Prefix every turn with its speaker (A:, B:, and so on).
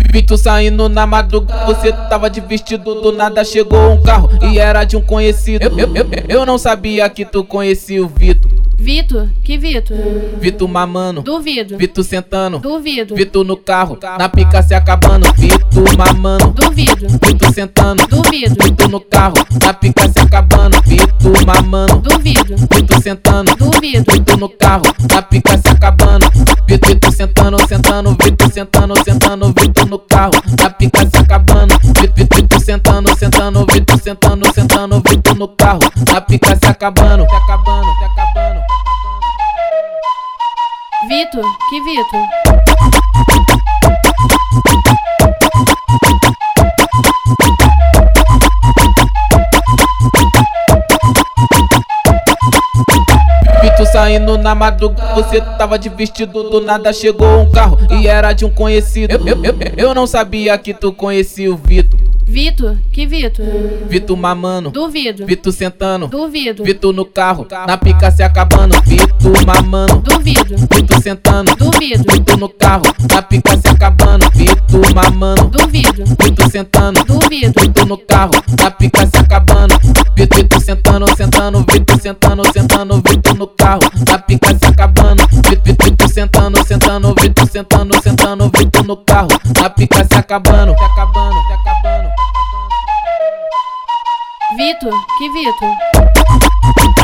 A: Invicto saindo na madrugada. Você tava de vestido, do nada chegou um carro e era de um conhecido. Eu, eu- eu- eu não sabia que tu conhecia o Vito.
B: Vitor, que Vitor?
A: Vito mamando,
B: Duvido.
A: Vito sentando,
B: Duvido.
A: Vito no carro, na pica se acabando. Vito mamando,
B: Duvido.
A: Vito sentando,
B: Duvido.
A: Vito no carro, na pica se acabando. Vito mamando,
B: Duvido.
A: Vito sentando,
B: Duvido.
A: Vito no carro, na pica se acabando. Vito, Vito sentando, sentando, Vito sentando, sentando, Vito no carro, na pica se acabando. Vito, Vito, Vito sentando, sentando, Vito sentando, sentando, Vito no carro, na pica se acabando, se acabando, se acabando.
B: Vitor, que Vitor?
A: Vito saindo na madrugada, você tava de vestido, do nada chegou um carro e era de um conhecido. Eu, eu- eu- eu não sabia que tu conhecia o Vito.
B: Vitor, que Vitor?
A: Vito mamando,
B: Duvido.
A: Vito sentando,
B: Duvido.
A: Vito no carro, na pica se acabando, Vito mamando,
B: Duvido.
A: Vito sentando,
B: Duvido.
A: Vito no carro, na pica se acabando, Vito mamando,
B: Duvido.
A: Vito sentando,
B: Duvido.
A: Vito no carro, na pica se acabando, Vito, Vito sentando, sentando, Vito sentando, sentando, Vito no carro, na pica se acabando, Vito, Vito, Vito sentando, sentando, Vito sentando, sentando, Vito no carro, na pica se acabando, se acabando, se acabando.
B: Vitor, que Vitor?